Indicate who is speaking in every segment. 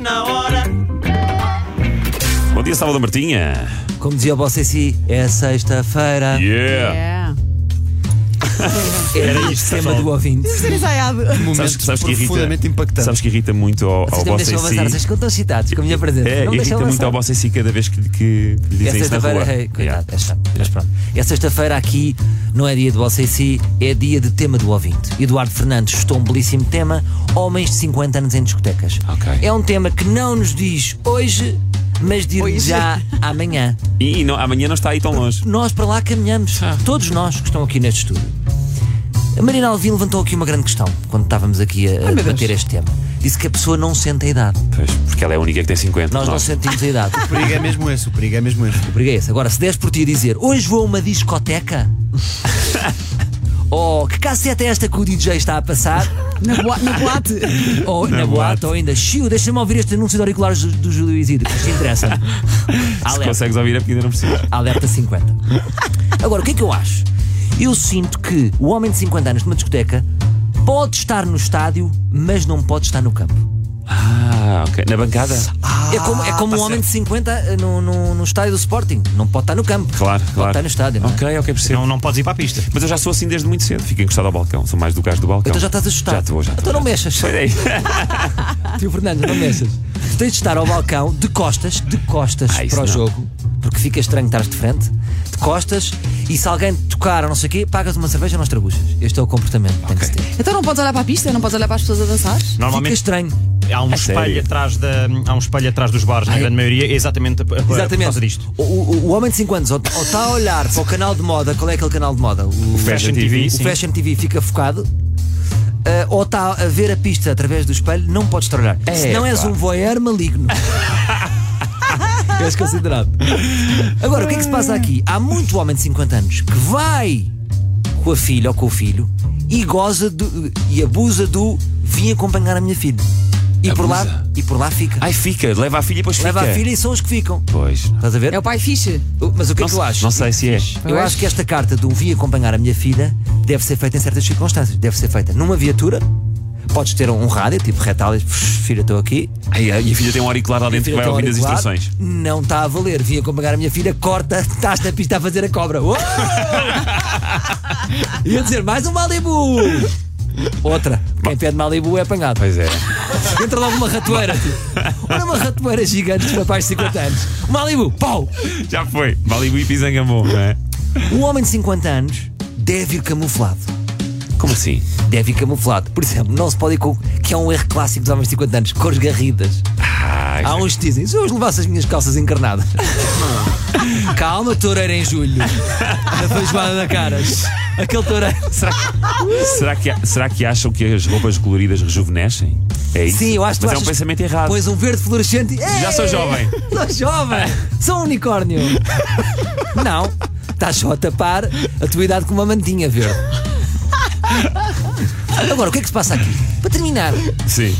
Speaker 1: na hora.
Speaker 2: Bom dia, Salvador Martinha.
Speaker 3: Como dizia o Bossessi, é sexta-feira.
Speaker 2: Yeah.
Speaker 4: É.
Speaker 3: Era isto, É tema do ouvinte.
Speaker 4: Ser ensaiado.
Speaker 2: Sabes,
Speaker 5: Momentos
Speaker 2: sabes que irrita,
Speaker 5: profundamente impactantes.
Speaker 2: sabes que irrita muito ao, ao
Speaker 3: Vocês não me deixam avançar, vocês
Speaker 2: Bossessi.
Speaker 3: ficam tão excitados com a minha presença.
Speaker 2: É,
Speaker 3: não me deixam
Speaker 2: irrita muito
Speaker 3: avançar.
Speaker 2: ao Bossessi cada vez que, que lhe
Speaker 3: É
Speaker 2: dizem isso na
Speaker 3: sexta-feira,
Speaker 2: rua.
Speaker 3: hey, coitado,
Speaker 2: Yeah.
Speaker 3: é chato, mas pronto. É sexta-feira aqui, não é dia de Bossessi, é dia de tema do ouvinte. Eduardo Fernandes estou um belíssimo tema: Homens de 50 anos em discotecas.
Speaker 2: Ok.
Speaker 3: É um tema que não nos diz hoje, mas diz já amanhã.
Speaker 2: E, e não, amanhã não está aí tão longe.
Speaker 3: nós para lá caminhamos.
Speaker 4: Ah.
Speaker 3: Todos nós que estão aqui neste estúdio. A Marina Alvim levantou aqui uma grande questão quando estávamos aqui a, a debater este tema. Disse que a pessoa não sente a idade.
Speaker 2: Pois, porque ela é a única que tem 50.
Speaker 3: Nós não sentimos a idade.
Speaker 5: O perigo é mesmo esse, o perigo é mesmo esse.
Speaker 3: Obrigado. Agora, se deres por ti a dizer hoje vou a uma discoteca. Ou que cassete é esta que o DJ está a passar?
Speaker 4: Na, boa- na boate.
Speaker 3: Ou na, boate, ou ainda, Xiu, deixa-me ouvir este anúncio de auriculares do, do Júlio Isidro. Isto interessa.
Speaker 2: Se
Speaker 3: Alerta.
Speaker 2: consegues ouvir é porque ainda não precisas.
Speaker 3: Alerta 50. Agora, o que é que eu acho? Eu sinto que o homem de 50 anos numa discoteca pode estar no estádio, mas não pode estar no campo.
Speaker 2: Ah, ok. Na bancada? Ah,
Speaker 3: é como, é
Speaker 2: tá
Speaker 3: como um homem de 50 no, no, no estádio do Sporting. Não pode estar no campo.
Speaker 2: Claro,
Speaker 3: pode
Speaker 2: claro.
Speaker 3: estar no estádio. Não é?
Speaker 2: Ok, ok, percebo.
Speaker 5: Não, não podes ir para a pista.
Speaker 2: Mas eu já sou assim desde muito cedo. Fico encostado ao balcão. Sou mais do gajo do balcão.
Speaker 3: Então já estás assustado.
Speaker 2: Já estou, já estou.
Speaker 3: Então não
Speaker 2: já
Speaker 3: mexas.
Speaker 2: estou. Pois é.
Speaker 3: Tio Fernando, não mexas. Tens de estar ao balcão de costas, de costas
Speaker 2: Ah, isso
Speaker 3: para o
Speaker 2: não.
Speaker 3: jogo, porque fica estranho estar de frente, de costas, e se alguém te tocar ou não sei o quê, pagas uma cerveja ou não estrabuchas. Este é o comportamento que tem que se ter.
Speaker 4: Então não podes olhar para a pista? Não podes olhar para as pessoas a dançar?
Speaker 3: Fica
Speaker 5: Normalmente
Speaker 3: estranho.
Speaker 5: há um, espelho
Speaker 2: sério?
Speaker 5: atrás da, há um espelho atrás dos bares, na
Speaker 3: Ai.
Speaker 5: grande maioria, exatamente, a- a- por
Speaker 3: Exatamente.
Speaker 5: causa disto.
Speaker 3: O, o- o homem de 5 anos ou está a olhar para o canal de moda, qual é aquele canal de moda? O,
Speaker 2: Fashion TV,
Speaker 3: o
Speaker 5: sim.
Speaker 3: Fashion TV fica focado. ah, ou está a ver a pista através do espelho, não podes trabalhar. Se não és um voyeur maligno. és considerado. Agora, o que é que se passa aqui? Há muito homem de 50 anos que vai com a filha ou com o filho e goza do, e abusa do vim acompanhar a minha filha. E por lá,
Speaker 2: Abusa?
Speaker 3: e por lá fica.
Speaker 2: Ai, fica. Leva a filha e depois
Speaker 3: Leva
Speaker 2: fica.
Speaker 3: a filha e são os que ficam.
Speaker 2: Pois.
Speaker 3: Estás a ver?
Speaker 4: É o pai fixe.
Speaker 3: Eu- Mas o que
Speaker 2: não,
Speaker 3: é que eu acho?
Speaker 2: Não sei se é.
Speaker 3: Eu acho que esta carta de um vim acompanhar a minha filha deve ser feita em certas circunstâncias. Deve ser feita numa viatura, podes ter um rádio, tipo retal, e, "Pff, filha, estou aqui.
Speaker 2: Ai, ai, e a filha tem um auricular lá dentro que
Speaker 3: Filha,
Speaker 2: vai
Speaker 3: estou
Speaker 2: ouvir as
Speaker 3: auricular.
Speaker 2: instruções.
Speaker 3: Não está a valer. Vim acompanhar a minha filha, corta, estás na pista a fazer a cobra. Uou! Ia dizer, mais um Malibu! Outra. Quem pede Malibu é apanhado.
Speaker 2: Pois é.
Speaker 3: Entra logo uma ratoeira. tipo. Olha uma ratoeira gigante de rapaz de 50 anos. Malibu, pau!
Speaker 2: Já foi. Malibu e pisanga bom, não é?
Speaker 3: Um homem de 50 anos deve ir camuflado.
Speaker 2: Como assim?
Speaker 3: Deve ir camuflado. Por exemplo, não se pode ir com. que é um erro clássico dos homens de 50 anos, cores garridas.
Speaker 2: Ai,
Speaker 3: Há uns que dizem: se eu hoje levasse as minhas calças encarnadas. Calma, toureiro em julho. Na feijoada da caras. Aquele toureiro.
Speaker 2: será, que, será, que, será que acham que as roupas coloridas rejuvenescem? É isso?
Speaker 3: Sim, eu acho que tu
Speaker 2: Mas é um
Speaker 3: achas-
Speaker 2: pensamento errado.
Speaker 3: Pois um verde fluorescente. e-
Speaker 2: Já sou
Speaker 3: Ei,
Speaker 2: jovem.
Speaker 3: Sou jovem. Sou um unicórnio. Não. Estás só a tapar a tua idade com uma mantinha verde. Agora, o que é que se passa aqui? Para terminar,
Speaker 2: Sim.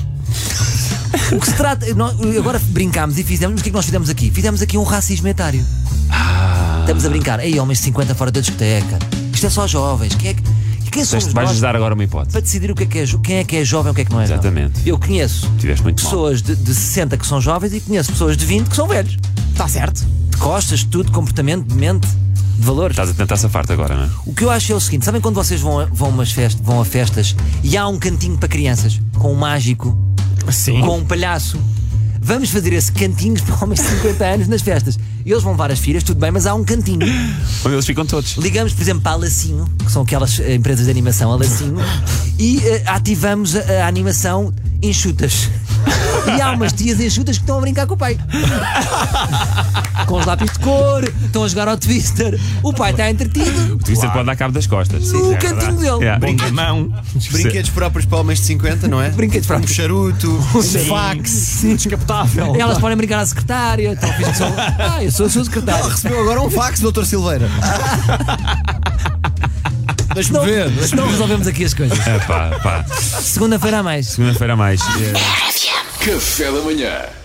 Speaker 3: o que se trata. nós- agora brincámos e fizemos. Mas o que é que nós fizemos aqui? Fizemos aqui um racismo etário.
Speaker 2: Ah.
Speaker 3: Estamos a brincar. Ei, homens de 50 fora da discoteca. Isto é só jovens. Quem é que. e Quem somos
Speaker 2: Vais
Speaker 3: nós
Speaker 2: nos dar agora uma hipótese.
Speaker 3: para decidir o que é que é, jo- quem é que é jovem e o que é que não é jovem?
Speaker 2: Exatamente.
Speaker 3: Eu conheço
Speaker 2: Tiveste muito mal.
Speaker 3: pessoas de, de 60 que são jovens e conheço pessoas de 20 que são velhos.
Speaker 4: Está certo.
Speaker 3: De costas, de tudo, comportamento, de mente, de valores.
Speaker 2: Estás a tentar safar-te agora, não é?
Speaker 3: O que eu acho é o seguinte: sabem quando vocês vão a, vão, a umas festas, vão a festas e há um cantinho para crianças com um mágico,
Speaker 5: Sim.
Speaker 3: com um palhaço? Vamos fazer esse cantinho para homens de 50 anos nas festas. Eles vão levar as filhas, tudo bem, mas há um cantinho.
Speaker 2: Onde eles ficam todos.
Speaker 3: Ligamos, por exemplo, para a Lacinho, que são aquelas eh, empresas de animação, a Lacinho, e eh, ativamos a, a animação enxutas. E há umas tias enxutas que estão a brincar com o pai. Com os lápis de cor, estão a jogar ao Twister. O pai está entretido.
Speaker 2: O Twister pode dar cabo das costas.
Speaker 3: No
Speaker 2: é
Speaker 3: cantinho
Speaker 2: verdade.
Speaker 3: dele.
Speaker 2: Yeah.
Speaker 5: Bom de mão.
Speaker 6: Brinquedos próprios para homens de 50, não é?
Speaker 3: Brinquedos
Speaker 6: para Um
Speaker 3: próprios.
Speaker 6: charuto, um fax.
Speaker 5: Sim.
Speaker 6: Então,
Speaker 5: Descapotável.
Speaker 3: Elas
Speaker 6: tá.
Speaker 3: podem brincar à secretária. Então, fiz que são- Ah, eu sou a sua secretária.
Speaker 6: Recebeu agora um fax, doutor Silveira. Deixa-me
Speaker 3: Não,
Speaker 6: ver.
Speaker 3: não resolvemos aqui as coisas.
Speaker 2: Epá, pá.
Speaker 3: Segunda-feira a mais.
Speaker 2: Segunda-feira a mais. Eh,
Speaker 7: Café da manhã.